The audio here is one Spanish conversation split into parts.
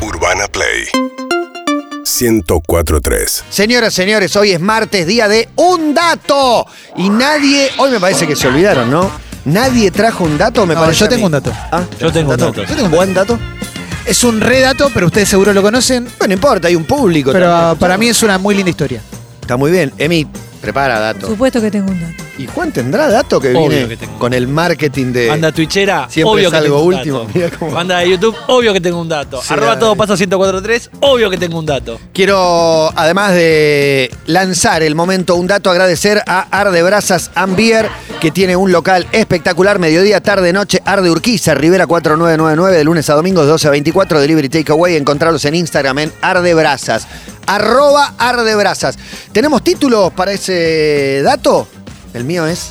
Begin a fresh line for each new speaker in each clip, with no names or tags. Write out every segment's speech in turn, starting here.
Urbana Play 1043.
Señoras, señores, hoy es martes, día de un dato. Y nadie, hoy me parece que se olvidaron, ¿no? Nadie trajo un dato, me
No,
parece.
yo
a mí.
tengo un dato.
Ah,
Yo tengo un dato.
Yo tengo un dato.
¿Buen dato?
Es un redato, pero ustedes seguro lo conocen.
Bueno, no importa, hay un público.
Pero ah,
también.
para mí es una muy linda historia.
Está muy bien. Emi, prepara
Por
dato.
supuesto que tengo un dato.
¿Y Juan tendrá dato que
Obvio
viene
que tengo.
con el marketing de.
Banda Twitchera,
Siempre
obvio
es
que
algo
tengo un
último,
dato.
mirá cómo-
Banda de YouTube, obvio que tengo un dato.
Sí,
Arroba
dale.
todo pasa 1043, obvio que tengo un dato.
Quiero, además de lanzar el momento un dato, agradecer a Arde Brasas Ambier, que tiene un local espectacular, mediodía, tarde, noche, Arde Urquiza, Rivera 4999, de lunes a domingos, 12 a 24, Delivery Takeaway, encontrarlos en Instagram en Arde Brasas, arroba Arde Brasas. ¿Tenemos títulos para ese dato? El mío es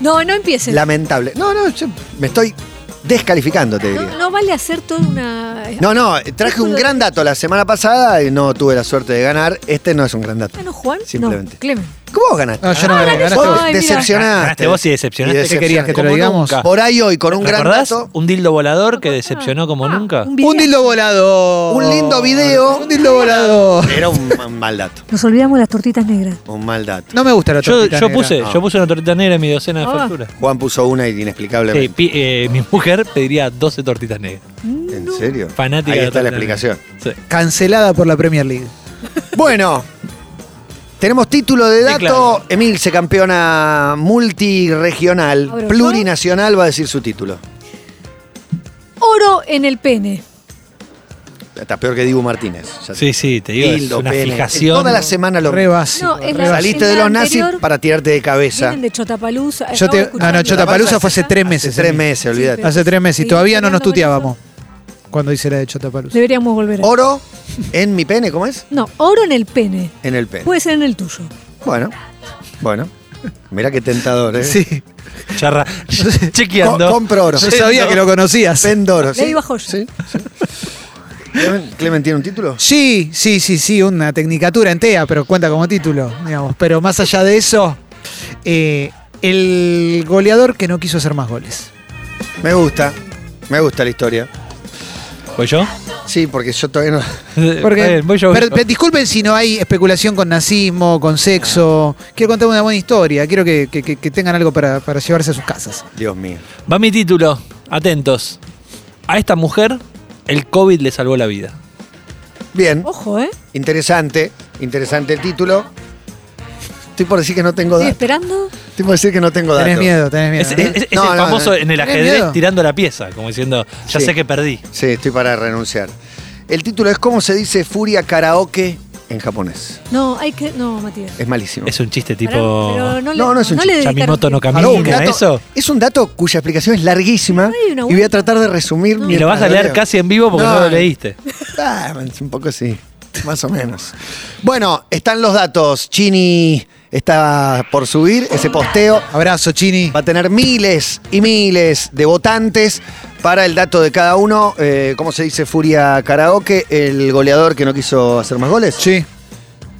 No, no empieces.
lamentable. No, no, yo me estoy descalificando, te
no,
diría.
no vale hacer toda una.
No, no, traje un gran dato la semana pasada y no tuve la suerte de ganar. Este no es un gran dato.
Ah, ¿No, Juan?
Simplemente.
No, Clemen.
¿Cómo vos ganaste?
No, yo no
Ah,
gané,
gané
ganaste
yo.
vos.
Ay, mira.
decepcionaste.
Ganaste vos y decepcionaste.
¿Qué querías que te
Como
lo digamos?
nunca. Por ahí hoy, con un
¿Te
gran
acordás?
dato,
Un dildo volador que decepcionó como
Ah,
nunca.
un video.
Un dildo volado.
un lindo
Oh,
video.
Un dildo volado.
Era un, un mal dato.
Nos olvidamos de las tortitas negras.
Un mal dato.
No me gusta la
Yo,
tortita
yo
negra.
puse,
Ah.
yo puse una tortita negra en mi docena de
Ah.
facturas.
Juan puso una y
Sí,
inexplicablemente.
pi- eh, mi mujer pediría 12 tortitas negras.
¿En serio?
Fanática
Ahí
de
está la
Tottenham.
explicación.
Sí.
Cancelada por la Premier League.
Bueno, tenemos título de
Sí,
dato.
claro.
Emilce, campeona multiregional,
Abro yo.
plurinacional, va a decir su título.
Oro en el pene.
Está peor que Dibu Martínez. Ya
Sí, sí, te digo, es
Dildo,
una
pene.
fijación.
Toda la semana lo
Re básico.
No, eh, es
re
la-
básico.
Saliste
en
de los nazis
anterior-
para tirarte de cabeza.
Vienen de Chotapalusa.
Yo te,
Acabo de
ah, no,
escucharlo.
Chotapalusa fue hace tres
Hace
meses.
tres
Emi.
meses,
Sí,
olvídate.
pero-
Hace tres meses y
Sí,
todavía no nos
peleando con
tuteábamos cuando hice la de Chotapalusa.
Deberíamos volver. a-
Oro en mi pene, ¿cómo es?
No, oro en el pene.
En el pene.
Puede ser en el tuyo.
Bueno, bueno. Mirá qué tentador, ¿eh?
Sí,
Charra. Chequeando.
Co- compro oro.
yo sabía que lo conocías.
Vendoro,
Ley
¿sí?
bajo yo.
Clemen, Clemen tiene un título?
Sí, sí, sí, sí, una tecnicatura entera, pero cuenta como título, digamos. Pero más allá de eso, eh, el goleador que no quiso hacer más goles.
Me gusta. Me gusta la historia.
¿Voy yo?
Sí, porque yo todavía no...
Porque,
Está bien, voy yo. voy
pero-
yo.
pero disculpen si no hay especulación con nazismo, con sexo. Quiero contar una buena historia, quiero que, que- que- que tengan algo para, para llevarse a sus casas.
Dios mío.
Va mi título. Atentos. A esta mujer, el COVID le salvó la vida.
Bien.
Ojo, ¿eh?
Interesante. Interesante el título. Estoy por decir que no tengo
Estoy
datos.
esperando.
Estoy por decir que no tengo datos.
Tenés miedo, tenés miedo.
Es,
¿no?
es- es
No,
el
no,
famoso
no.
en el
¿Tenés
ajedrez
miedo?
tirando la pieza, como diciendo, ya
Sí.
sé que perdí.
Sí, estoy para renunciar. El título es ¿Cómo se dice furia karaoke en japonés?
No, hay que. No, Matías.
Es malísimo.
Es un chiste tipo.
Pará, pero no, le-
No, no es un
le
chiste.
dedicaron
Yamimoto no
tiempo.
Pará, un
Mira,
dato-
eso.
Es un dato cuya explicación es larguísima
Ay, una
y voy a
vuelta.
tratar de resumir.
Y lo
mientras
vas a leer
leo.
casi en vivo porque no,
No.
lo leíste.
Ah, un poco sí, más o menos. Bueno, están los datos. Chini está por subir ese posteo.
Abrazo, Chini.
Va a tener miles y miles de votantes para el dato de cada uno. Eh, ¿Cómo se dice Furia Karaoke? El goleador que no quiso hacer más goles.
Sí.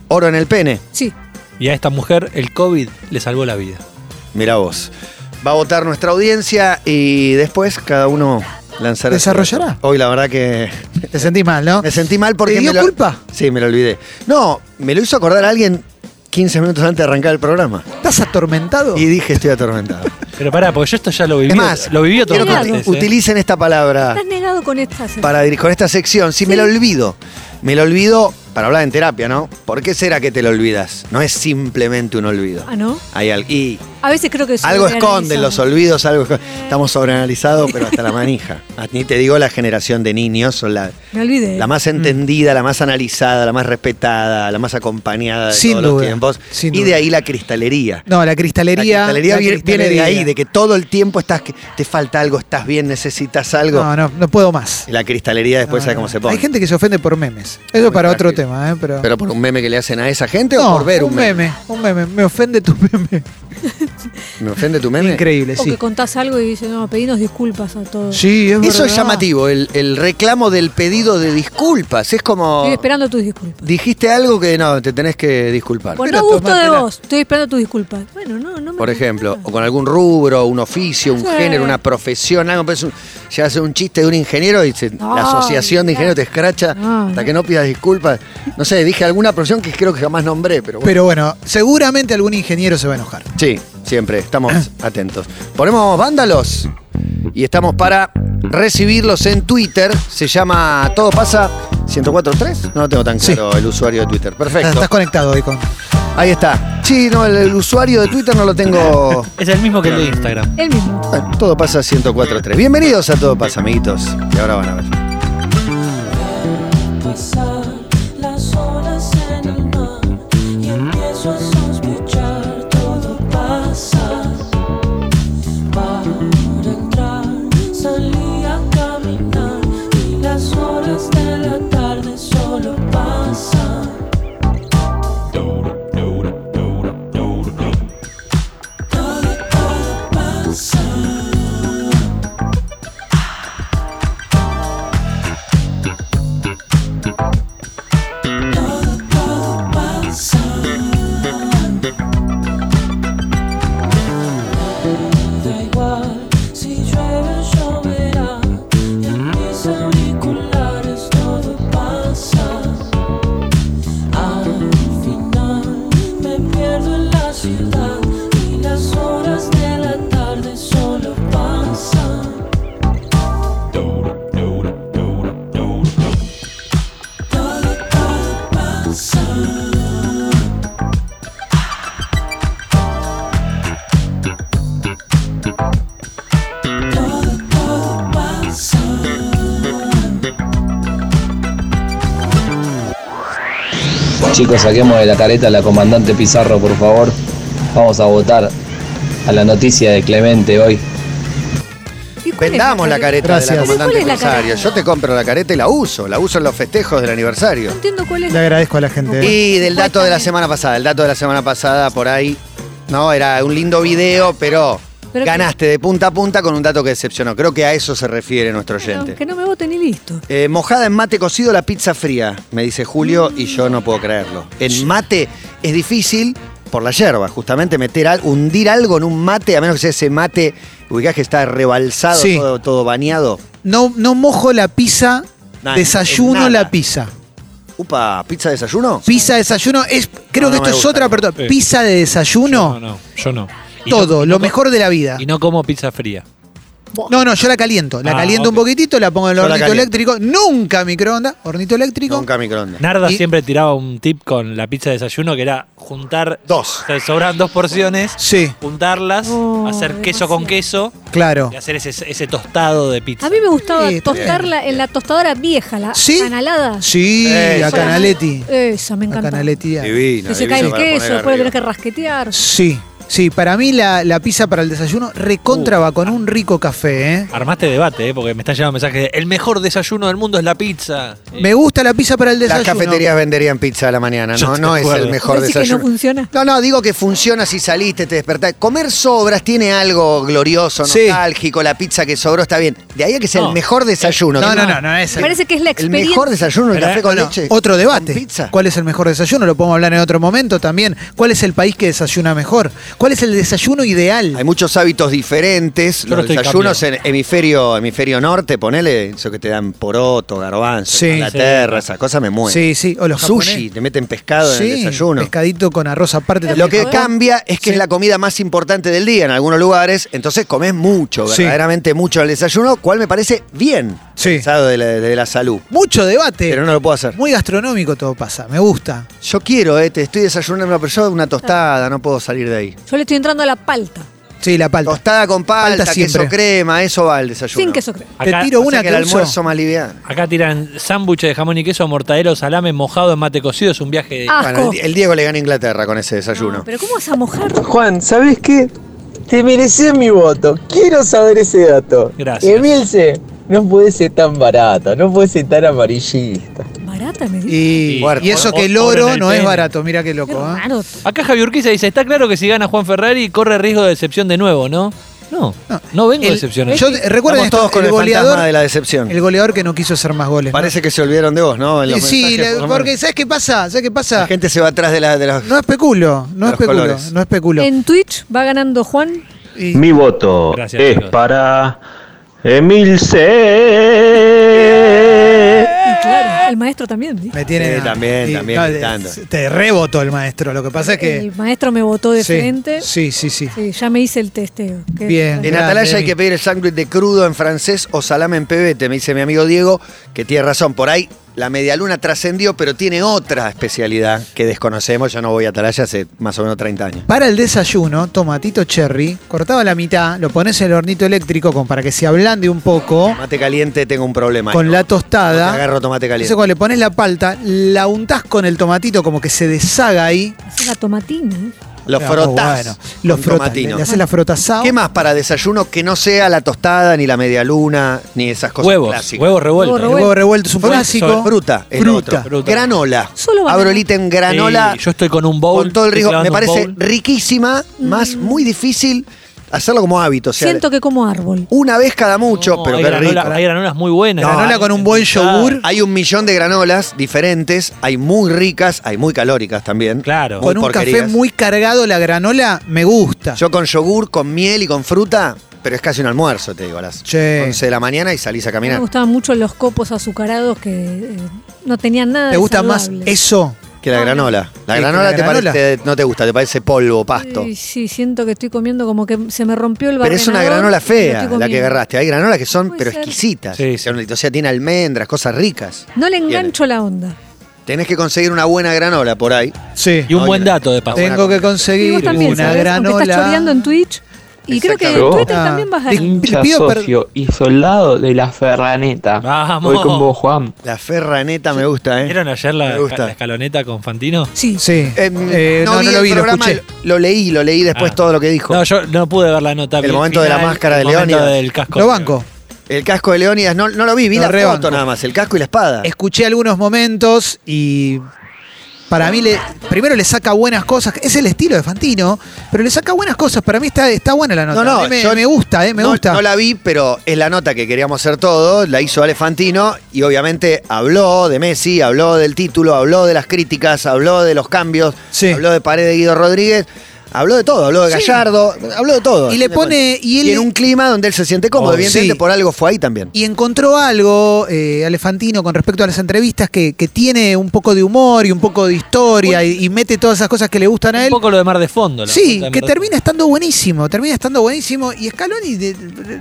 Oro en el pene.
Sí.
Y a esta mujer, el COVID le salvó la vida.
Mira vos. Va a votar nuestra audiencia y después cada uno lanzará. su
Desarrollará.
voto. Hoy la verdad que
Te sentís mal, ¿no?
me sentí mal porque
¿Te dio
me lo-
culpa?
Sí, me lo olvidé. No, me lo hizo acordar alguien 15 minutos antes de arrancar el programa
¿Estás atormentado?
y dije estoy atormentado.
Pero pará, porque yo esto ya lo viví.
es más,
lo viví otro
quiero que
martes, ¿eh?
utilicen esta palabra
Estás negado con esta.
ah. para dir- con esta sección. Si me lo olvido, me lo olvido para hablar en terapia, ¿no? ¿Por qué será que te lo olvidas? No es simplemente un olvido.
Ah, ¿no?
Hay al- y
A veces creo que
Algo esconden los
olvidos.
olvidos, algo esco- Estamos sobreanalizados, pero hasta la manija. A- Ni te digo la generación de niños, son la,
Me olvidé.
la
Mm.
más entendida, la más analizada, la más respetada, la más acompañada de
Sin
todos los
duda,
tiempos.
sin
y de
duda.
ahí la cristalería.
No, la cristalería.
la cristalería viene,
la
viene de
cristalería.
ahí, de que todo el tiempo estás, que te falta algo, estás bien, necesitas algo.
No, no, no puedo más.
Y La cristalería después
No,
sabe
no.
cómo se pone.
Hay gente que se ofende por memes. Eso para otro
Muy
tema, ¿eh? Pero,
¿Pero por un meme que le hacen a esa gente
No,
o por ver un, meme?
Un meme. Me ofende tu meme.
¿Me ofende tu meme?
Increíble,
O
sí.
que contás algo y dices, no, pedimos disculpas a todos.
Sí, es
Eso
verdad.
es llamativo, el, el reclamo del pedido de disculpas. Es como.
Estoy esperando tus disculpas.
Dijiste algo que no, te tenés que disculpar.
Por
Pero
no gusto de
tomátela.
vos, estoy esperando tus disculpas. Bueno, no, no me.
Por ejemplo, o con algún rubro, un oficio, un
Sí.
género, una profesión, algo. Pero es un- se hace un chiste de un ingeniero y se-
No,
la asociación de ingenieros te escracha
No,
hasta
no.
que no pidas disculpas. No sé, dije alguna profesión que creo que jamás nombré, pero bueno.
Pero bueno, seguramente algún ingeniero se va a enojar.
Sí, siempre, estamos atentos. Ponemos vándalos y estamos para recibirlos en Twitter. Se llama Todo Pasa 1043. No lo tengo tan
Sí.
claro el usuario de Twitter.
Estás,
Perfecto.
estás conectado hoy con.
Ahí está. Sí, no, el, el usuario de Twitter no lo tengo.
¿eh? Es el mismo que el de Instagram.
El mismo.
Bueno, Todo Pasa 1043. Bienvenidos a Todo Pasa, amiguitos. Y ahora van a ver.
pasar las olas en el mar y empiezo a sospechar todo pasa para entrar salí a caminar y las horas de la tarde solo pasan todo todo pasa Todo pasa, da igual si llueve o lloverá. En mis auriculares todo pasa. Al final me pierdo en la ciudad y las horas de la tarde solo pasan. Todo, todo pasa. Todo, todo pasa.
Chicos, saquemos de la careta a la comandante Pizarro, por favor. Vamos a votar a la noticia de Clemente hoy.
¿Y cuál es
Vendamos la careta de
Gracias.
la comandante
¿Cuál es la
Rosario.
careta?
Yo te compro la careta y la uso. La uso en los festejos del aniversario.
No entiendo cuál es.
Le agradezco a la gente. ¿eh?
Y del dato de la semana pasada, el dato de la semana pasada por ahí, no, era un lindo video, pero,
Pero
ganaste de punta a punta con un dato que decepcionó. Creo que a eso se refiere nuestro
Bueno,
oyente.
que no me voten ni listo.
Eh, mojada en mate cocido la pizza fría, me dice Julio, y yo no puedo creerlo. En mate es difícil por la yerba, justamente meter al- hundir algo en un mate, a menos que sea ese mate, ubicás que está rebalsado,
Sí.
todo, todo bañado.
No, no mojo la pizza,
Nah,
desayuno
en nada.
la pizza.
Upa, pizza desayuno.
Pizza desayuno es. Creo
No, no
que esto
me
es
gusta.
otra, perdón.
Sí.
Pizza de desayuno,
No, no, yo no. Y no-
todo,
y no
lo
co-
mejor de la vida.
Y no como pizza fría.
No, no, yo la caliento. La
Ah,
caliento un
ok.
poquitito, la pongo en el
Yo la
hornito
caliento.
eléctrico. Nunca microondas, hornito eléctrico.
Nunca microondas.
Narda
Y-
siempre tiraba un tip con la pizza de desayuno que era juntar.
Dos.
O sea, sobran dos porciones,
Sí,
juntarlas,
Oh,
hacer queso con queso
claro.
y hacer ese, ese tostado de pizza.
A mí me gustaba
Sí, está
tostarla en la tostadora vieja, la
¿Sí?
canalada.
Sí,
Eso.
a Canaletti.
Esa, Eh, me
A
encanta.
Canaletti.
Divino,
Que se
divino
cae el
para poner
queso, después lo
arriba.
tenés que rasquetear.
Sí, sí, para mí la, la pizza para el desayuno recontra va con un rico café, ¿eh?
Armaste debate, ¿eh? porque me están llegando mensajes de el mejor desayuno del mundo es la pizza. Y-
Me gusta la pizza para el
Las
desayuno.
cafeterías venderían pizza a la mañana,
Yo
no,
estoy
no
de
es
acuerdo.
el mejor
¿Decís que
desayuno.
no funciona?
No, no, digo que funciona si saliste, te despertás. Comer sobras tiene algo glorioso,
Sí. Eh,
nostálgico, la pizza que sobró está bien. De ahí a que sea
No.
el mejor desayuno.
No,
que
no, no, no es
Me parece que es la
El
experiencia.
mejor desayuno, el
Pero,
café con
no,
leche.
Otro debate.
con pizza.
¿Cuál es el mejor desayuno? Lo podemos hablar en otro momento también. ¿Cuál es el país que desayuna mejor? ¿Cuál es el desayuno ideal?
Hay muchos hábitos diferentes.
Yo no
Los
estoy
desayunos en hemisferio, hemisferio norte, ponele, eso que te dan poroto, garbanzo,
Sí.
Inglaterra, esas cosas me mueven.
Sí, sí, o los
Sushi,
japoneses.
te meten pescado en el
Sí,
desayuno.
pescadito con arroz aparte.
Lo
también.
que
Joder.
cambia es que
Sí.
es la comida más importante del día en algunos lugares, entonces comes mucho,
Sí.
verdaderamente mucho al desayuno, cual me parece bien,
Sí.
pensado de la, de la salud.
Mucho debate.
Pero no lo puedo hacer.
Muy gastronómico todo pasa, me gusta.
Yo quiero, eh, te estoy desayunando, pero yo una tostada, no puedo salir de ahí.
Yo le estoy entrando a la palta,
Sí, la palta.
Tostada con palta,
Palta
queso
siempre.
crema, eso va al desayuno.
sin queso crema.
Te
Acá-
tiro
Pasa
una
que
que,
el
uso.
almuerzo más liviano.
Acá tiran sándwiches de jamón y queso, mortadelo, salame mojado en mate cocido. Es un viaje de...
Ah,
Bueno, el,
Asco.
Di- el Diego le gana a Inglaterra con ese desayuno.
No, pero ¿cómo vas a mojar?
Juan, ¿sabes qué? Te mereces mi voto. Quiero saber ese dato.
Gracias.
Emilce,
No puede ser tan barato, no puede ser tan amarillista.
Barata, me dice.
Y,
Fuerte.
y eso que el
Oro en
oro
el
no es
pene.
barato, mira qué loco.
Qué
¿ah?
raro.
Acá Javier Urquiza dice, está claro que si gana Juan Ferrari corre riesgo de decepción de nuevo, ¿no? No, no, vengo
El-
decepcionado.
Yo te-
Estamos
recuerden esto,
todos con el,
goleador,
fantasma de la decepción.
el goleador que no quiso hacer más goles. ¿no?
Parece que se olvidaron de vos, ¿no? En los
Y sí,
mensajes,
le-
por lo menos.
porque ¿sabes qué pasa? ¿Sabes qué
la
pasa?
gente se va atrás de, la, de los...
No especulo, no
Los
especulo,
colores.
no especulo.
En Twitch va ganando Juan.
Y-
Mi
Oh,
voto
Gracias,
es
amigos.
para Emilce.
Y claro, el maestro también. ¿sí?
me tiene
Sí, también, también gritando.
es- Te rebotó el maestro, lo que pasa es que...
El maestro me votó de
sí,
frente.
Sí, sí, sí.
Sí, ya me hice el testeo. Qué-
Bien.
En
Grande,
Atalaya hay
Emi.
que pedir el sándwich de crudo en francés o salame en pebete, me dice mi amigo Diego, que tiene razón. Por ahí la medialuna trascendió, pero tiene otra especialidad que desconocemos. Yo no voy a Atalaya hace más o menos 30 años.
Para el desayuno, tomatito cherry, cortado a la mitad, lo pones en el hornito eléctrico con- para que se ablande un poco
Tomate caliente tengo un problema.
con
¿no?
la
No te
tostada.
agarro tomate
Entonces
caliente.
cuando le pones la palta, la untás con el tomatito como que se deshaga ahí.
Es la tomatina. ¿eh?
Los
Ah,
frotás.
bueno, los
con
frotas. Le,
tomatino.
le haces la frotasao.
¿Qué más para desayuno que no sea la tostada, ni la medialuna, ni esas cosas
Huevos,
clásicas?
huevos revueltos.
Huevo
El huevo revuelto es un
Fruta,
clásico.
sobre-
Fruta. el
Fruta.
otro.
Fruta.
Granola.
Solo banana.
Abrolita en granola.
Sí, Eh, yo estoy con un bowl,
Con todo el
estoy
riesgo. Me
clavando un
parece
bowl.
riquísima, más muy difícil hacerlo como hábito. O sea,
Mm. Siento que como
Uh,
árbol.
una vez cada mucho,
No,
pero
hay,
qué
granola-
rico.
hay granolas muy buenas. Ah,
Granola con un buen yogur.
Hay un millón de granolas diferentes, hay muy ricas, hay muy calóricas también.
Claro.
Muy
Con un café
porquerías.
muy cargado la granola, me gusta.
Yo con yogur, con miel y con fruta, pero es casi un almuerzo, te digo, a las
Che.
11 de la mañana y salís a
Me
caminar.
gustaban mucho los copos azucarados que eh, no tenían nada.
¿Te
de
gusta más
Ah, saludable.
eso?
Que
Ah,
la granola. La
Sí,
granola,
que
te
la granola.
parece, no te gusta, te parece polvo, pasto.
Sí, sí, siento que estoy comiendo como que se me rompió el
Pero es una
barrenador
granola
y lo
fea
estoy
la que
comiendo.
agarraste. Hay granolas que son,
Puede
pero
ser.
exquisitas.
Sí,
O sea, o sea, tiene almendras, cosas ricas.
No le
Tiene.
engancho la onda.
Tenés que conseguir una buena granola por ahí.
Sí.
Y un
Oye,
buen dato de paso.
buena
Tengo que
comida.
Y
conseguir
vos también,
una
¿sabés? Aunque
granola.
estás choreando en Twitch. Y creo que en
Exactamente.
Twitter
Ah,
también vas
di-
ganando.
Te
Ya
pido per-
socio y soldado de la ferraneta.
Vamos.
Voy con vos, Juan.
La ferraneta me gusta, ¿eh?
¿Vieron ayer
Me
la,
gusta.
la escaloneta con Fantino?
Sí.
Sí.
Eh,
Eh, no, no,
vi
lo
el
vi, lo
programa,
escuché.
lo leí, lo leí después
Ah.
todo lo que dijo.
No, yo no pude ver la nota.
El
Vi
momento de la máscara de
el momento
Leónidas.
del casco.
Lo banco.
El casco de Leónidas, no, no lo vi, vi
Lo
la
rebanco.
foto nada más, el casco y la espada.
Escuché algunos momentos y. Para mí, le, primero le saca buenas cosas. Es el estilo de Fantino, pero le saca buenas cosas. Para mí está, está buena la nota. A mí me,
yo-
me gusta, eh, me
no-
gusta.
No la vi, pero es la nota que queríamos hacer todos, la hizo Alefantino y obviamente habló de Messi, habló del título, habló de las críticas, habló de los cambios,
Sí.
habló de Pared de Guido Rodríguez, habló de todo, habló de
Sí.
Gallardo, habló de todo.
Y le pone- y él-
en un clima donde él se siente cómodo,
Oh,
evidentemente
sí.
por algo fue ahí también.
Y encontró algo, eh, Alefantino, con respecto a las entrevistas, que, que tiene un poco de humor y un poco de historia y, y mete todas esas cosas que le gustan a
Un
él.
poco lo de Mar de Fondo. la
Sí,
puta
que
madre.
termina estando buenísimo, termina estando buenísimo. Y Scaloni, de- de-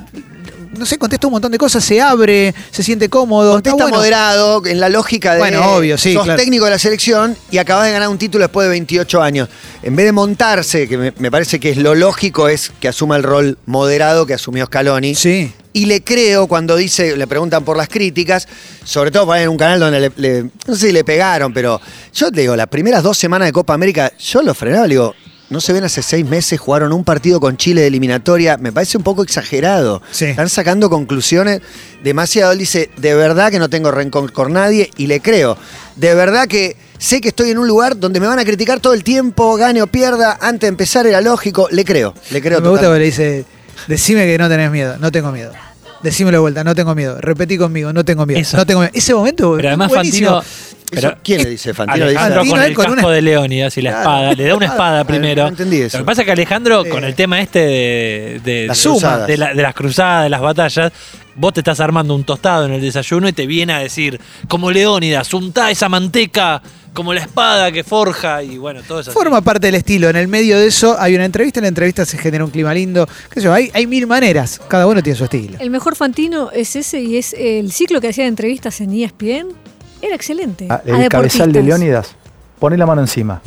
no sé, contesta un montón de cosas, se abre, se siente cómodo.
Contesta
está bueno.
moderado, en la lógica de.
Bueno, obvio, sí,
Sos
claro.
técnico de la selección y acabás de ganar un título después de 28 años. En vez de montarse, que me, me parece que es lo lógico, es que asuma el rol moderado que asumió Scaloni.
Sí.
Y le creo cuando dice, le preguntan por las críticas, sobre todo para en un canal donde le, le- no sé si le pegaron, pero yo te digo, las primeras dos semanas de Copa América, yo lo frenaba, le digo, no se ven hace seis meses, jugaron un partido con Chile de eliminatoria, me parece un poco exagerado.
Sí.
Están sacando conclusiones demasiado. Él dice, de verdad que no tengo rencor con nadie y le creo. De verdad que sé que estoy en un lugar donde me van a criticar todo el tiempo, gane o pierda, antes de empezar era lógico, le creo, le creo.
me gusta
totalmente.
porque le dice, decime que no tenés miedo, no tengo miedo. Decímelo de vuelta, no tengo miedo. Repetí conmigo, no tengo miedo.
Eso.
No tengo miedo. Ese momento,
Pero además
buenísimo.
Fantino. Pero,
Eso, ¿Quién le dice Fantino? Le dice-
Alejandro
Fantino,
con
él
el
con
casco
una-
de Leónidas y la
Claro,
espada. Le da una
espada.
espada
Ver,
primero.
no entendí eso.
Lo que pasa es que Alejandro,
Sí.
con el tema este de, de-
Las
de-
cruzadas.
de la- de las cruzadas, de las batallas, vos te estás armando un tostado en el desayuno y te viene a decir, como Leónidas, untá esa manteca, como la espada que forja, y bueno, todo eso.
Forma parte del estilo. En el medio de eso hay una entrevista, en la entrevista se genera un clima lindo. Qué sé yo, hay, hay mil maneras. Cada uno tiene su estilo.
El mejor Fantino es ese y es el ciclo que hacía de entrevistas en E ESPN. Era excelente.
Ah,
A
el cabezal de
deportistas.
Leónidas. Poné la mano encima.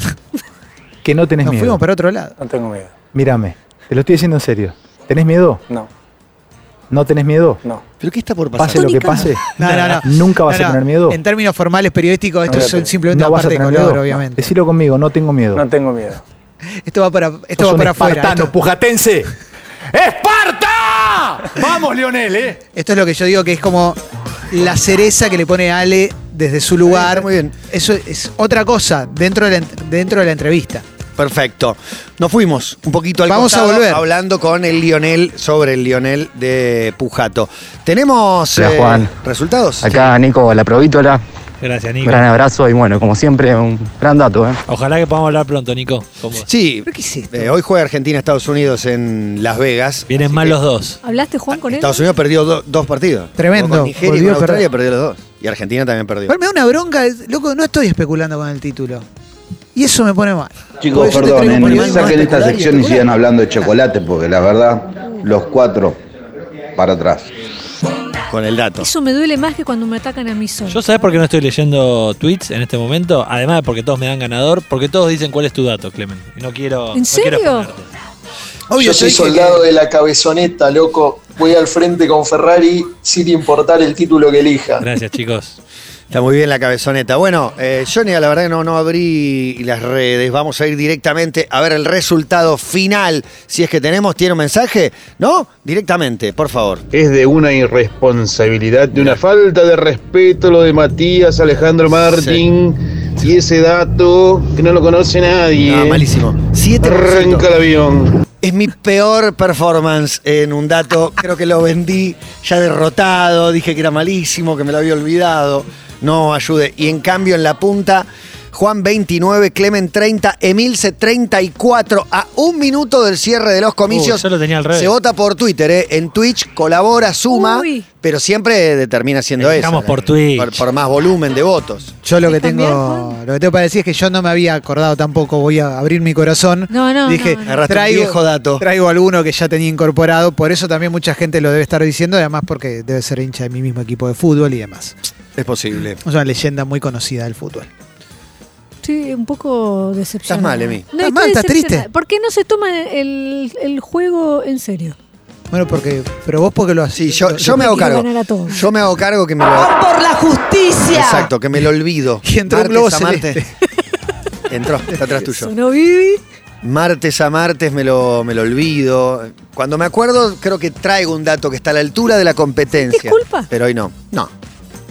que no tenés
Nos
miedo.
fuimos para otro lado.
No tengo miedo.
Mírame. Te lo estoy diciendo en serio. ¿Tenés miedo?
No,
¿No tenés miedo?
no.
¿Pero qué está por pasar?
Pase lo que
Tónica.
pase.
No, no, no.
Nunca vas
No,
a
no.
tener miedo.
En términos formales periodísticos, esto
No voy a
es
tener-
simplemente
no
una
vas a
parte de
tener
color,
miedo.
obviamente.
Decilo conmigo, no tengo miedo.
No tengo miedo.
Esto va para, esto
Sos
va
un
para afuera.
espartano,
esto-
pujatense. ¡Esparta! Vamos, Lionel, ¿eh?
Esto es lo que yo digo que es como la cereza que le pone Ale desde su
está
lugar.
muy bien.
Eso es otra cosa dentro de la, en- dentro de la entrevista.
Perfecto. Nos fuimos un poquito al
Vamos a
costado
volver.
hablando con el Lionel sobre el Lionel de Pujato. Tenemos eh,
Hola, Juan.
resultados.
Acá Nico, la provítola.
Gracias,
Un
Nico.
gran abrazo y bueno, como siempre, un gran dato. ¿eh?
Ojalá que podamos hablar pronto, Nico. con vos.
Sí,
¿Pero qué es esto?
eh, hoy juega Argentina Estados Unidos en Las Vegas.
Vienen
Así
mal
que
los dos.
¿Hablaste, Juan, con
Ah,
él?
Estados Unidos perdió do- dos partidos.
Tremendo.
Jugó Con Nigeria y
Volvió
con
a perder.
Australia perdió los dos. Y Argentina también perdió.
Igual me da una bronca, es- loco, no estoy especulando con el título. Y eso me pone mal.
Chicos,
Porque Pues yo te
perdón,
traigo
eh,
un
no
polemón
saquen esta
espectacular
sección
y
y
espectacular.
sigan hablando de chocolate, porque la verdad, los cuatro para atrás.
Con el dato.
Eso me duele más que cuando me atacan a mí solo.
Yo sabés por qué no estoy leyendo tweets en este momento, además de porque todos me dan ganador, porque todos dicen cuál es tu dato, Clemen. Y No quiero.
¿En
no quiero
serio?
exponerte.
Obvio,
Yo soy
dije que-
soldado de la cabezoneta, loco. Voy al frente con Ferrari sin importar el título que elija.
Gracias, chicos.
Está muy bien la cabezoneta. Bueno, eh, Johnny, la verdad que no, no abrí las redes. Vamos a ir directamente a ver el resultado final. Si es que tenemos, ¿tiene un mensaje? ¿No? Directamente, por favor.
Es de una irresponsabilidad, de una falta de respeto lo de Matías Alejandro Martín y ese dato que no lo conoce nadie.
Ah, malísimo. Siete
Arranca el avión.
Es mi peor performance en un dato. Creo que lo vendí ya derrotado. Dije que era malísimo, que me lo había olvidado. No ayude. Y en cambio, en la punta, Juan 29, Clemen 30, Emilce 34. A un minuto del cierre de los comicios.
Uh, yo lo tenía al revés.
Se vota por Twitter, ¿eh? En Twitch colabora, suma,
Uy.
pero siempre determina siendo eso.
Estamos por
¿no?
Twitch.
Por, por más volumen de votos.
Yo lo que
¿También,
tengo,
Juan?
lo que tengo para decir es que yo no me había acordado tampoco, voy a abrir mi corazón.
No, no,
Dije, ah.
no, no.
Agarraste un
traigo,
viejo dato.
traigo alguno que ya tenía incorporado, por eso también mucha gente lo debe estar diciendo, además porque debe ser hincha de mi mismo equipo de fútbol y demás.
Es posible.
Es una leyenda muy conocida del fútbol.
Estoy un poco decepcionado.
Estás mal, Emi.
No,
Estás
estoy
mal, estás triste.
decepcionada. ¿Por qué no se toma el, el juego en serio?
Bueno, porque, pero vos porque lo haces.
Sí, yo,
lo-
yo me hago
quiero
cargo.
ganar a todos.
Yo me hago cargo que me lo.
por la justicia.
Exacto, que me lo olvido.
Y entró un
Martes
globo
a martes.
celeste.
Entró, está atrás tuyo.
¿No, Vivi?
Martes a martes me lo, me lo olvido. Cuando me acuerdo, creo que traigo un dato que está a la altura de la competencia.
¿Sentís culpa?
Pero hoy no. No.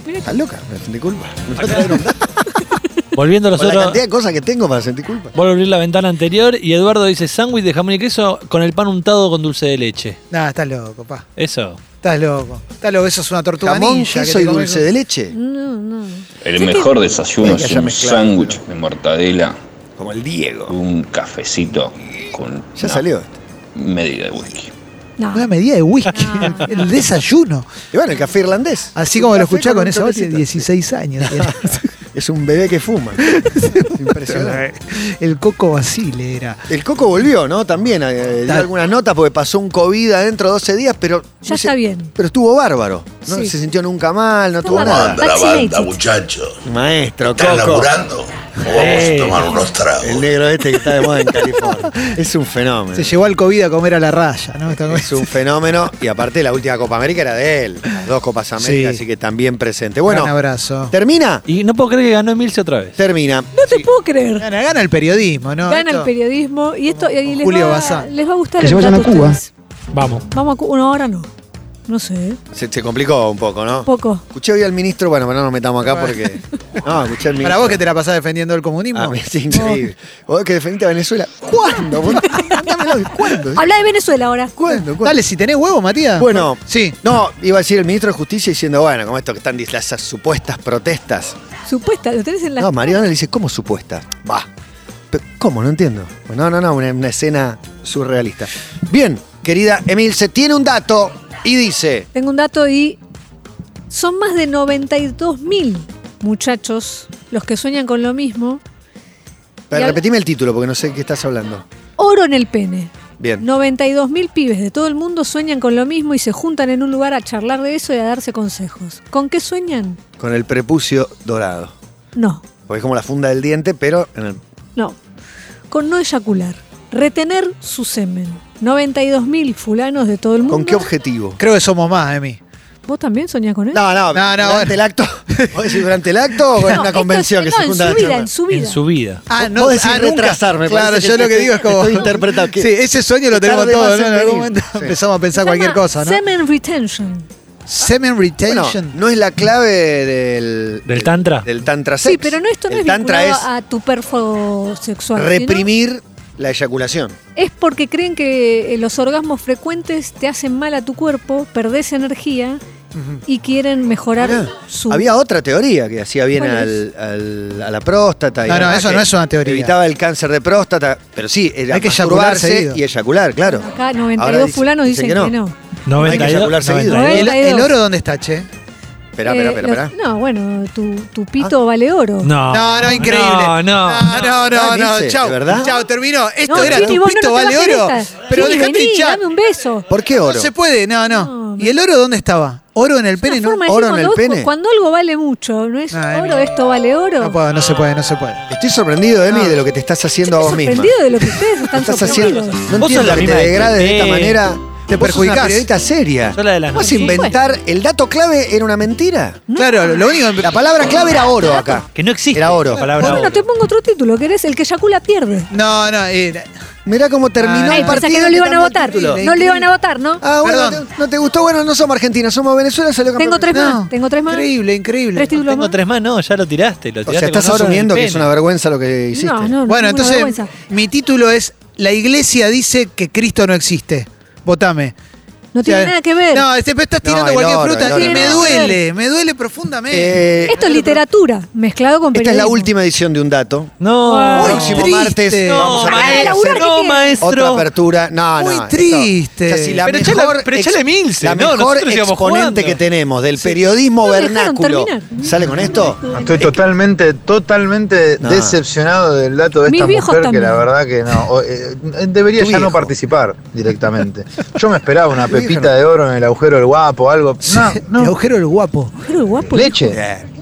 Mira.
¿Estás loca? Me sentí culpa. Me vas a traer un dato.
Volviendo a los
Con la
otros.
cantidad de cosas que tengo para sentir culpa.
Vuelvo a abrir la ventana anterior y Eduardo dice sándwich de jamón y queso con el pan untado con dulce de leche.
Nah, estás loco, pa.
Eso.
Estás loco. Estás loco, eso es una tortuga
Jamón,
ninja que
queso
te
y
comes
dulce
con-
de leche.
No, no.
El mejor desayuno
Ya
es un
mezclado,
sándwich de mortadela,
Como el Diego.
un cafecito con
Ya
una
salió esto.
medida de whisky.
No.
Una medida de whisky.
Ah.
el desayuno.
Y bueno, el café irlandés.
Así como
Un
lo
café
escuchaba con
un
esa voz, tiene
toquecito.
16 años. tiene.
Es un bebé que fuma. Impresionante.
el coco Basile era.
El Coco volvió, ¿no? También eh, dio
Tal.
algunas notas porque pasó un COVID adentro de 12 días, pero.
Ya está bien.
Pero estuvo bárbaro. No
Sí.
se sintió nunca mal, no
Está
tuvo
bárbaro.
nada.
Banda, la banda,
muchachos.
Maestro, Coco.
¿O
vamos a tomar
unos tragos?
El negro este que está de moda en California. Es un fenómeno.
Se llevó al COVID a comer a la raya, ¿no? Esta cosa.
Es un fenómeno. Y aparte, la última Copa América era de él. Las dos Copas América,
Sí.
así que también presente.
Gran
Bueno,
abrazo.
¿termina?
Y no puedo creer que ganó Emilce otra vez.
Termina.
No te puedo creer.
Gana, gana el periodismo, ¿no?
Gana el
Esto-
periodismo y esto y les,
Julio
va,
Bazán.
les va a gustar
Que se
el
vayan a
dato
Cuba.
ustedes.
Vamos.
Vamos a Cuba. No, ahora no. No sé.
Se, se complicó un poco, ¿no?
Poco.
Escuché hoy al ministro, bueno, pero no nos metamos acá porque. No, escuché al ministro.
Para vos que te la pasás defendiendo el comunismo.
Ah, es increíble. Vos que defendiste a Venezuela. ¿Cuándo? boludo? Dámelo de ¿Cuándo?
Habla de Venezuela ahora.
¿Cuándo? ¿Cuándo?
Dale, si tenés huevo, Matías.
Bueno,
Sí.
no, iba a decir el ministro de Justicia diciendo, bueno, como esto que están dis- las supuestas protestas.
Supuesta, lo tenés en la.
No, Mariana le dice, ¿cómo supuesta? Va. Pero, ¿Cómo? No entiendo. No, no, no, una, una escena surrealista. Bien, querida Emilce, tiene un dato y dice,
Tengo un dato y son más de 92.000 muchachos los que sueñan con lo mismo.
pero
Y al-
repetime el título porque no sé qué estás hablando.
Oro en el pene.
Bien.
92.000 pibes de todo el mundo sueñan con lo mismo y se juntan en un lugar a charlar de eso y a darse consejos. ¿Con qué sueñan?
Con el prepucio dorado.
No,
Porque es como la funda del diente, pero en el
no. Con no eyacular. Retener su semen. 92.000 fulanos de todo el mundo.
¿Con qué objetivo?
Creo que somos más, Emi.
¿Vos también soñás con él?
No, no, durante el acto. ¿Vos decís durante el acto o en
No,
una
esto-
convención que
no,
se
en
junta
su
la
vida,
charla?
en su vida.
En su vida.
Ah,
Vos decís retrasar, me
Claro,
parece
yo
que
lo que
te-
digo es como.
estoy interpretando que-
Sí, ese sueño lo tenemos
Tarde vas
todos,
en
¿no? En algún
venir.
momento
Sí.
empezamos a pensar cualquier
llama
cosa, ¿no?
Semen retention.
Semen
Bueno,
retention.
no es la clave del. ¿Del
tantra?
Del tantra sex.
Sí, pero no, esto no
el
es
tantra
vinculado
es
a tu perfo sexual. sino
reprimir la eyaculación.
Es porque creen que eh, los orgasmos frecuentes te hacen mal a tu cuerpo, perdés energía y quieren mejorar
Mirá,
su.
Había otra teoría que hacía bien
¿Cuál
al, al- a la próstata. y
No, no,
demás,
eso
que
no es una teoría.
Evitaba el cáncer de próstata, pero sí, era
Hay que eyacular
masturbarse
seguido.
y eyacular, claro.
Acá
Ahora
92
dice-
fulanos
dicen
dicen,
que
que
no.
no.
Hay que
92,
eyacular seguido.
92.
¿El, el oro dónde está, che?
Esperá,
Eh,
esperá, esperá.
los-
esperá. Ah.
No, bueno, tu, tu pito vale oro.
No.
No, no, increíble.
No, no.
Ah, no, no,
Ah,
no,
dice,
chao.
¿de verdad?
Chao, terminó. Esto
No,
era
Chini,
tu
vos
pito
no te
vale
bajes
oro.
esta.
Pero
Chini,
dejate
vení,
hinchar.
Dame un beso.
¿Por qué
No
oro?
se puede, no, no.
No,
¿Y el oro dónde estaba? ¿Oro en el pene?
Una
No,
forma de
oro
decir
en el
cuando,
pene.
cuando algo vale mucho, no es
Ay,
oro, esto vale oro.
no puedo, no se puede, no se puede.
Estoy sorprendido, Emi, de lo que te estás haciendo a vos
Estoy
misma.
sorprendido de lo que ustedes están
Estás haciendo.
sorprendidos.
No
Vos sos
entiendo
la
que te
misma de
degrades de esta
TT.
manera.
Te
Vos sos
perjudicás.
una periodista seria.
Yo la de las
¿Vas a
noticias.
inventar el dato clave era una mentira?
Claro, lo único que.
La palabra clave era oro acá.
Que no existe.
Era oro.
La palabra
Bueno,
oro.
te pongo otro título, que eres el que eyacula pierde.
No, no, era.
Mirá cómo terminó
Ay,
el
Ay,
partido.
pensás que no lo iban a
dando el
votar.
título.
No lo iban a votar, ¿no?
Ah, bueno,
Perdón.
no te- no te gustó. Bueno, no somos Argentina, somos Venezuela. Salió campeón. Ah.
Tengo tres
No,
más, tengo tres más.
Increíble, increíble.
Tres títulos
Tengo
más.
tres más, no, ya lo tiraste. Lo
O
tiraste
sea, estás
con oro en el
asumiendo que es
pene.
una vergüenza lo que hiciste.
No, no, no.
Bueno,
ninguna
entonces,
vergüenza.
mi título es La iglesia dice que Cristo no existe. Votame.
No tiene
O sea,
nada que ver.
eh,
No, este, pero estás tirando
el
cualquier
oro, el
fruta.
oro,
y
el
me
oro.
duele, me duele profundamente.
Eh,
Esto es literatura, mezclado con
esta es
periodismo.
la última edición de un dato.
No.
Muy
Próximo
triste.
martes
No,
vamos a
maestro.
volver a hacer
laburar, ¿qué
No,
tiene?
otra
maestro.
apertura. No,
Muy
no. esto-
triste.
o sea, si la
Pero echale-
mejor,
pero echale Milce,
la
¿no?
mejor
Nosotros íbamos
exponente
jugando.
que tenemos del periodismo
No dejaron
vernáculo.
terminar.
¿Sale con esto?
Estoy totalmente, totalmente
No.
decepcionado del dato de
Mis
esta mujer
viejos
que
también.
la verdad que no. o, eh, debería
Tu
ya no
viejo.
participar directamente. Yo me esperaba una
Tu viejo
pepita
no.
de oro en el agujero del guapo, algo. No,
El
no.
agujero del guapo.
Pero el guapo.
Leche.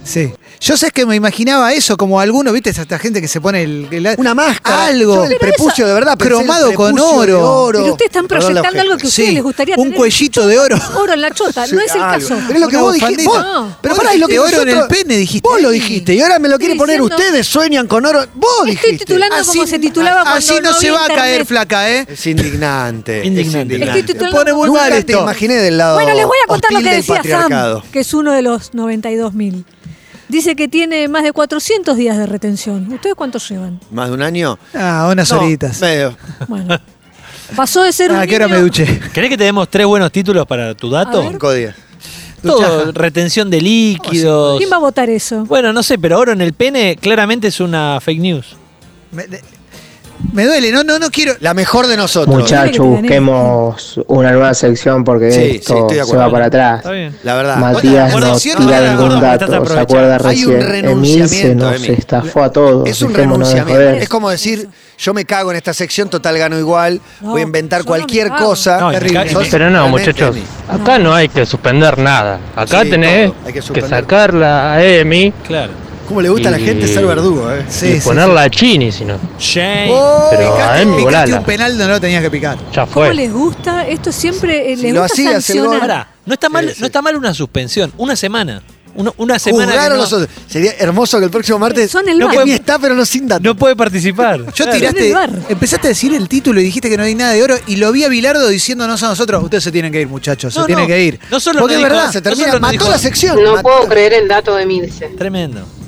Sí. Yo sé que me imaginaba eso, como alguno, viste, esta gente que se pone el. el-
Una máscara. Yo
Algo.
el prepucio, de verdad. pensé el
cromado con
prepucio de
oro.
Pero ustedes están
Perdón, la
proyectando
objeto.
algo que a ustedes
Sí,
les gustaría
Un
tener.
cuellito de oro.
Oro en la chota, no es el
algo.
caso.
Pero es lo que
Una
vos dijiste.
bufandita.
vos-
No.
pero
Vos
pará, es lo que
dijiste oro
nosotros-
en el pene, dijiste.
Vos lo dijiste y ahora me lo quiere
Estoy
poner.
diciendo-
Ustedes sueñan con oro. Vos
Estoy
dijiste.
titulando como se titulaba cuando
Así no,
no
se
había
va a caer,
internet.
flaca, ¿eh?
Es indignante. es
Indignante.
indignante.
Estoy titulando-
Pone muy
Nunca
mal
te
esto.
imaginé del lado
Bueno, les voy a contar lo
hostil
que
del
decía Sam,
patriarcado.
que es uno de los 92.000. Dice que tiene más de 400 días de retención. ¿Ustedes cuántos llevan?
¿Más de un año?
Ah, unas
No,
horitas.
medio.
Bueno. Pasó de ser un
Ah, ¿A qué hora
niño-
me duché?
¿Querés que te demos tres buenos títulos para tu
A
dato?
ver.
Cinco días.
Todo, retención de líquidos.
¿Quién va a votar eso?
Bueno, no sé, pero oro en el pene claramente es una fake news.
Me, de- me duele, no, no, no quiero.
La mejor de nosotros.
Tiene
Muchachos,
que tener-
busquemos una nueva sección porque
Sí, sí,
esto
estoy de
se
acuerdo.
va para atrás.
Está bien.
La verdad.
Matías
Bueno,
no
si no
tira
te
ningún
acuerdas, me
dato,
estás
se acuerda
aprovechando. Hay un
recién. Emil se
renunciamiento,
nos
Emi.
estafó a todos.
Es un
dejémonos de
renunciamiento.
joder.
Es como decir, yo me cago en esta sección, total gano igual,
No,
voy a inventar
yo no
cualquier
me cago.
cosa.
No, y me ca- y me-
Sos
Pero no,
realmente,
muchachos,
Emi.
acá no hay que suspender nada. Acá
Sí,
tenés
todo. Hay que
que,
suspender.
sacarla a Emi
Claro.
¿Cómo le gusta a la
Y-
gente ser verdugo? Eh?
Sí,
y
sí,
ponerla a Chini, si no.
Shame.
Oh,
Pero a Emi,
picaste
volala.
un penal donde no lo tenías que picar.
Ya
¿Cómo
fue.
les gusta? Esto siempre eh,
Si
les
lo
gusta
hacías, el gol-
sancionar.
Pará, no está mal,
Sí, sí.
no está mal una suspensión, una semana. Uno- una semana. que
Juzgaron
no,
los otros. Sería hermoso que el próximo martes.
Son el
no,
bar.
Emi está, pero no sin datos.
no puede participar.
Yo
Claro.
tiraste,
el bar.
empezaste a decir el título y dijiste que no hay nada de oro y lo vi a Bilardo diciéndonos a nosotros, ustedes se tienen que ir muchachos, se
No,
tienen
no.
que ir.
No solo
Porque
me
es
dijo-
verdad,
se
no solo
termina.
nos
mató
dijo-
la sección.
No
mató.
puedo creer el dato de Milce.
Tremendo.
Eh,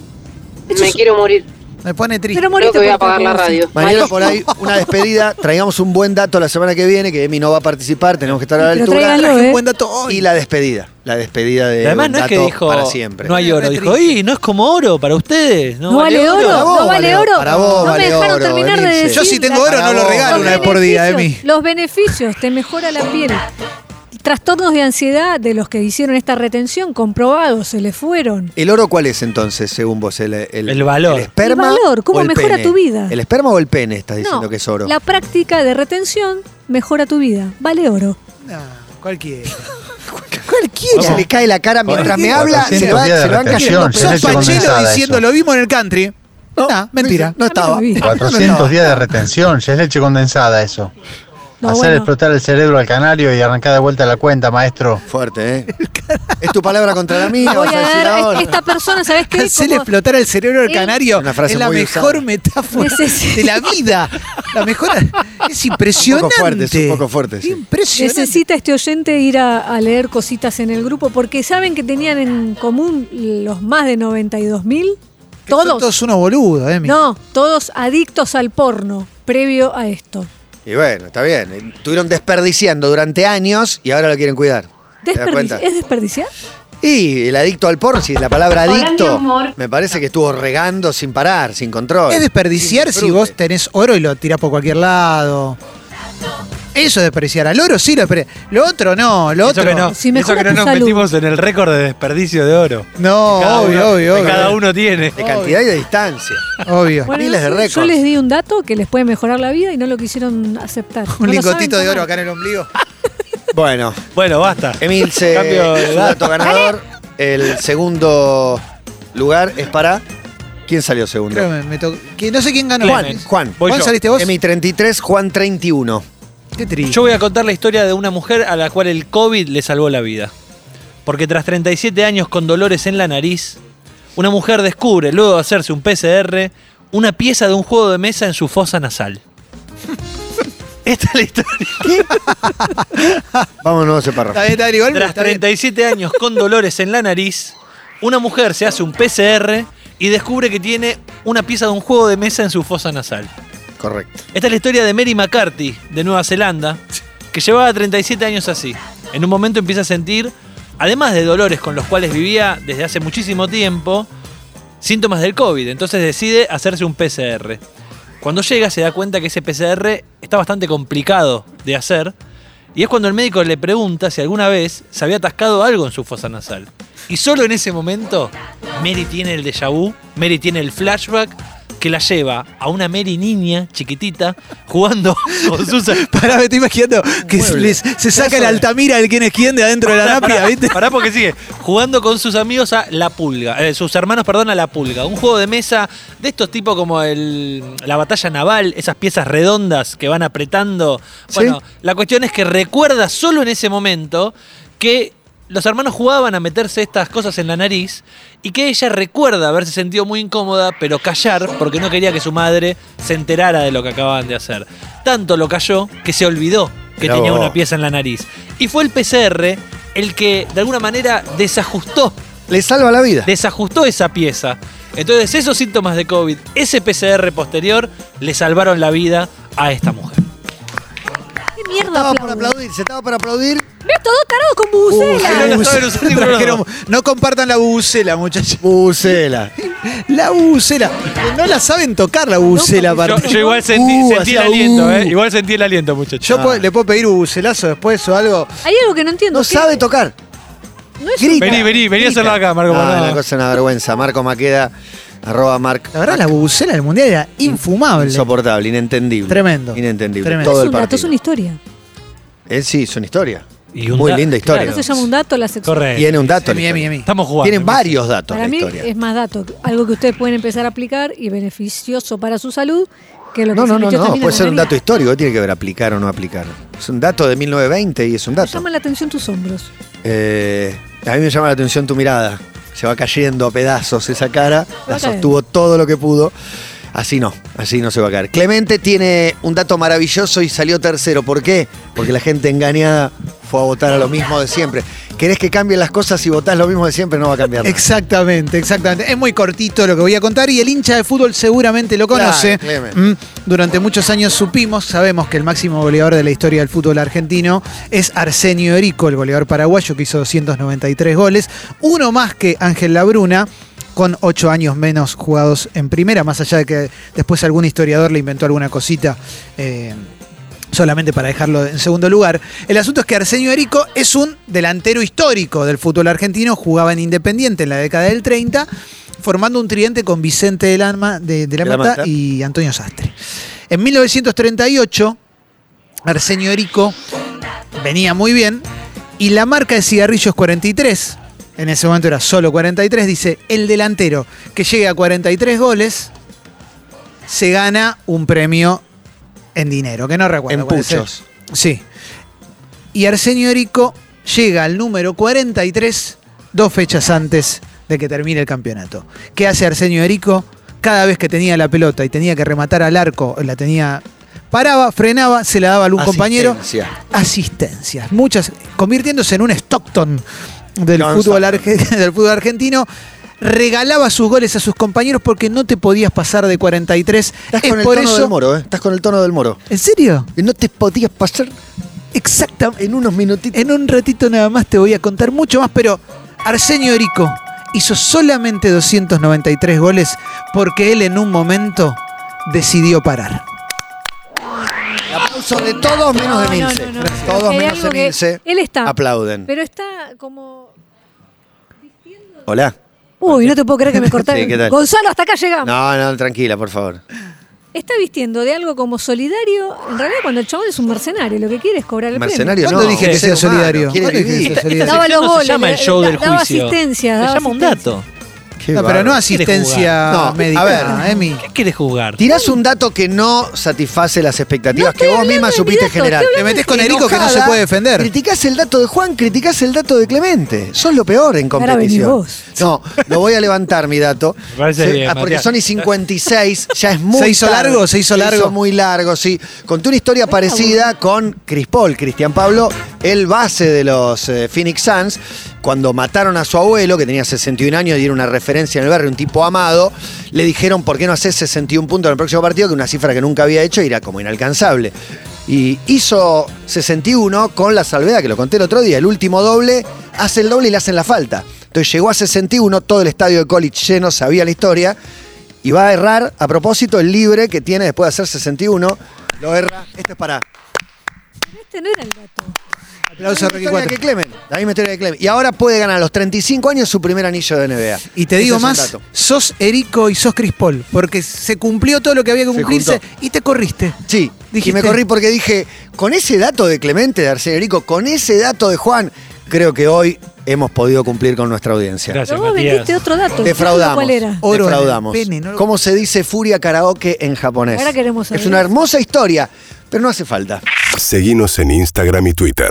Me quiero morir.
me pone triste.
Pero
Creo
moriste
que voy a
por
apagar la
otra cosa.
radio.
Mañana por ahí una despedida, traigamos un buen dato la semana que viene, que Emi no va a participar, tenemos que estar a la
Pero
altura.
tráigalo, Traje un ¿eh?
buen dato hoy.
Y la despedida, la despedida de
Además,
un
no es
dato
que dijo.
para siempre.
No hay oro. Dijo,
triste.
¡y! No es como oro para ustedes. No,
No vale oro,
Para vos
no vale
vale-
oro.
para vos
no
vale
me dejaron
oro,
terminar de
Emilce.
decir
Yo si tengo
la-
oro no lo
Para
regalo
vos.
una vez por día,
beneficios,
Emi.
Los beneficios, te mejora la piel. Trastornos de ansiedad de los que hicieron esta retención comprobados, se les fueron.
¿El oro cuál es entonces, según vos? ¿El,
El valor.
el esperma?
El valor, ¿cómo
o el
mejora
pene?
tu vida?
¿El esperma o el pene estás diciendo
No,
que es oro?
La práctica de retención mejora tu vida, vale oro.
No, cualquiera.
Cualquiera. Se le cae la cara mientras me habla, se le
400
va,
días de
se le van
retención,
cayendo
se le
pedazos.
Sos
Leche
Pachelo
condensada,
diciendo
eso.
lo vimos en el country. No, mentira.
No estaba.
A mí no me vi.
400 días de retención, ya es leche condensada eso.
No,
Hacer
bueno.
explotar el cerebro al canario y arrancar de vuelta la cuenta, maestro.
Fuerte, ¿eh? Es tu palabra contra la mía,
Voy
vas
a
a decir
dar-
ahora.
esta persona, ¿sabes qué?
Hacerle
Como-
explotar el cerebro al
Eh,
canario
Una frase
es la
muy
mejor
usada.
metáfora
Necesito-
de la vida. La mejor. Es
Un
impresionante.
poco fuerte, es un poco fuerte. sí.
Impresionante.
Necesita este oyente ir a, a leer cositas en el grupo porque saben que tenían en común los más de 92 mil.
Que son
Todos.
unos boludos, eh, Emi.
No, todos adictos al porno previo a esto.
Y bueno, está bien. Estuvieron desperdiciando durante años y ahora lo quieren cuidar. ¿Te das
Desperdici-
cuenta?
¿Es desperdiciar?
Y el adicto al porno, si la palabra
Hola, mi
adicto,
amor.
me parece que estuvo regando sin parar, sin control.
Es desperdiciar si vos tenés oro y lo tirás por cualquier lado. Eso es desperdiciar. Al oro sí lo desperdiciar. Lo otro no, lo
Eso
otro
que no, eso que no nos metimos en el récord de desperdicio de oro.
No,
Que cada
obvio,
uno-
obvio,
que
obvio.
Cada uno tiene.
De cantidad y de distancia.
Obvio.
Bueno,
Miles de
no sé, yo
récords.
les di un dato que les puede mejorar la vida y no lo quisieron aceptar. No
Un
lo
lingotito
saben
de oro
tomar.
acá en el ombligo.
Bueno,
Bueno, basta.
Emilce,
Cambio de
es un dato
dato.
ganador. El segundo lugar es para. ¿Quién salió segundo?
Creo que me- me tocó- que no sé quién ganó.
Juan, Juan.
Voy
Juan,
yo.
saliste vos.
Emi 33, Juan 31.
Qué triste.
Yo voy a contar la historia de una mujer a la cual el COVID le salvó la vida. Porque tras 37 años con dolores en la nariz, una mujer descubre, luego de hacerse un PCR, una pieza de un juego de mesa en su fosa nasal. Esta es la historia.
Vámonos a ese párrafo.
Está bien, está bien, igual me-
Tras
está bien.
37 años con dolores en la nariz, una mujer se hace un PCR y descubre que tiene una pieza de un juego de mesa en su fosa nasal.
Correcto.
Esta es la historia de Mary McCarthy, de Nueva Zelanda, que llevaba 37 años así. En un momento empieza a sentir, además de dolores con los cuales vivía desde hace muchísimo tiempo, síntomas del COVID. Entonces decide hacerse un PCR. Cuando llega se da cuenta que ese PCR está bastante complicado de hacer. Y es cuando el médico le pregunta si alguna vez se había atascado algo en su fosa nasal. Y solo en ese momento, Mary tiene el déjà vu, Mary tiene el flashback que la lleva a una Mary niña chiquitita jugando con sus.
Pará, me estoy imaginando que se, les- se saca el Altamira el quién es quién de adentro de la
Pará,
napia,
pará,
¿viste?
pará, porque sigue. Jugando con sus amigos a La Pulga. eh, sus hermanos, perdón, a La Pulga. Un juego de mesa de estos tipos como el, la batalla naval, esas piezas redondas que van apretando. Bueno, la cuestión es que recuerda solo en ese momento que los hermanos jugaban a meterse estas cosas en la nariz y que ella recuerda haberse sentido muy incómoda, pero callar porque no quería que su madre se enterara de lo que acababan de hacer. Tanto lo calló que se olvidó que
Mirá
tenía
vos.
una pieza en la nariz. Y fue el PCR el que de alguna manera desajustó,
Le salva la vida.
desajustó esa pieza. Entonces esos síntomas de COVID, ese PCR posterior, le salvaron la vida a esta mujer.
¿Qué mierda
Estaba por
aplaude?
aplaudir, se estaba por aplaudir.
Mira, estos dos tarados con
Uy,
Uh,
bubucela.
no la saben usar ninguno de los
trajeron-
dos.
no compartan la bucela, muchachos.
Bucela.
La bucela. No la saben tocar la bucela,
Yo, yo igual sentí, sentí el aliento, ¿eh? Igual sentí el aliento, muchachos. Ah.
Yo puedo- le puedo pedir un bucelazo después o algo.
Hay algo que no entiendo.
No
¿qué?
sabe tocar.
No es
grita.
Vení, vení, vení a hacerlo acá, Marco. por
No,
favor.
la cosa es una vergüenza. Marco Maqueda, arroba Marc.
La verdad, la bucela del mundial era infumable.
Insoportable, inentendible.
Tremendo.
Inentendible.
Tremendo.
Todo
es
el
un dato, es
partido.
una historia.
Eh, sí, es una historia.
Y un
Muy
da-
linda historia.
No se llama un dato la sexualidad.
Correcto.
Tiene un dato.
Emi,
la
Emi,
historia.
Emi.
Estamos jugando.
Tiene varios datos
Para
la
mí
historia.
es más dato, algo que ustedes pueden empezar a aplicar y beneficioso para su salud que lo que
No,
se
no, no,
metió
no.
también la
Puede ser un
compañía.
dato histórico. Tiene que ver aplicar o no aplicar. Es un dato de 1920 y es un dato.
Llama la atención tus hombros.
Eh, a mí me llama la atención tu mirada. Se va cayendo a pedazos esa cara. La
va cayendo.
sostuvo todo lo que pudo. Así no, así no se va a caer. Clemente tiene un dato maravilloso y salió tercero. ¿Por qué? Porque la gente engañada fue a votar a lo mismo de siempre. ¿Querés que cambien las cosas y votás lo mismo de siempre? No va a cambiar. nada.
Exactamente, exactamente. Es muy cortito lo que voy a contar y el hincha de fútbol seguramente lo
Claro,
conoce.
Clemen.
Mm, Durante muchos años supimos, sabemos que el máximo goleador de la historia del fútbol argentino es Arsenio Erico, el goleador paraguayo que hizo 293 goles, uno más que Ángel Labruna con ocho años menos jugados en primera, más allá de que después algún historiador le inventó alguna cosita. eh, solamente para dejarlo en segundo lugar. El asunto es que Arsenio Erico es un delantero histórico del fútbol argentino, jugaba en Independiente en la década del 30, formando un tridente con Vicente de la, Ma- de- de la
De la
Mata
Mata.
y Antonio Sastre. En 1938, Arsenio Erico venía muy bien y la marca de cigarrillos 43, en ese momento era solo 43, dice, el delantero que llegue a 43 goles se gana un premio en dinero, que no recuerdo.
En
cuál es el-
puchos.
Sí. Y Arsenio Erico llega al número 43 dos fechas antes de que termine el campeonato. ¿Qué hace Arsenio Erico? Cada vez que tenía la pelota y tenía que rematar al arco, la tenía. Paraba, frenaba, se la daba a algún compañero.
Asistencia.
Asistencias, muchas, convirtiéndose en un Stockton del,
Non-stop.
fútbol, arge- del fútbol argentino. Regalaba sus goles a sus compañeros porque no te podías pasar de 43.
Estás
Es
con el
por
tono
eso-
del moro, ¿eh? Estás con el tono del moro.
¿En serio?
No te podías pasar.
Exactamente. En unos minutitos. En un ratito nada más te voy a contar mucho más, pero Arsenio Erico hizo solamente 293 goles porque él en un momento decidió parar.
Aplauso de todos menos de Milce. Todos
Hay
menos
algo
de
que-
Milce.
Él está.
Aplauden.
Pero está como.
Hola.
Uy, no te puedo creer que me cortaron.
Sí, ¿qué tal?
Gonzalo, hasta acá llegamos.
No, no, tranquila, por favor.
Está vistiendo de algo como solidario. En realidad, cuando el chabón es un mercenario, lo que quiere es cobrar el
Mercenario
premio.
no.
¿Cuándo dije que
un ser
sea
humano,
solidario?
quiere
¿Cuándo dije que
vivir.
sea solidario?
Daba los
no se
goles.
llama el show
da-
del
daba
juicio.
asistencia.
Se
daba
llama un
asistencia.
dato.
Qué
No, pero
bárbaro.
no asistencia
No, a
médica,
ver.
Emi.
¿Qué quieres jugar?
Tirás un dato que no satisface las expectativas que vos misma supiste generar.
Te metés con Erico que no se
Enojada,
puede defender.
Criticás el dato de Juan, criticás el dato de Clemente. Sos lo peor en
Ahora venís
competición.
vos.
No, lo voy a levantar mi dato.
Me parece
Sí,
bien,
ah, porque
Matías.
son y 56, ya es muy
¿Se hizo
tarde.
largo? ¿Se hizo largo?
muy largo, sí. Conté una historia parecida con Crispol, Cristian Pablo, el base de los eh, Phoenix Suns, cuando mataron a su abuelo, que tenía 61 años y era una referencia en el barrio, un tipo amado, le dijeron, ¿por qué no haces 61 puntos en el próximo partido? Que una cifra que nunca había hecho y era como inalcanzable. Y hizo 61 con la salvedad, que lo conté el otro día, el último doble, hace el doble y le hacen la falta. Entonces llegó a 61, todo el estadio de College lleno sabía la historia, y va a errar a propósito el libre que tiene después de hacer 61. Lo erra. Este es para.
Este no era el dato.
Aplauso
La
a
misma
Ricky
historia
Cuatro.
que Clemen. La misma historia que Clemen. Y ahora puede ganar a los 35 años su primer anillo de NBA.
Y te
Ese
digo
es un
más,
dato.
sos Erico y sos Chris Paul, porque se cumplió todo lo que había que
Se
cumplirse
juntó.
y te corriste.
Sí,
Dijiste-
y me corrí porque dije, con ese dato de Clemente, de Arsenio Rico, con ese dato de Juan, creo que hoy hemos podido cumplir con nuestra audiencia.
Pero vos vendiste otro dato.
Defraudamos.
¿Cuál era?
Oro en el
defraudamos.
pene, no lo-
¿Cómo se dice furia karaoke en japonés?
Ahora queremos saber.
Es una hermosa historia, pero no hace falta.
Seguinos en Instagram y Twitter.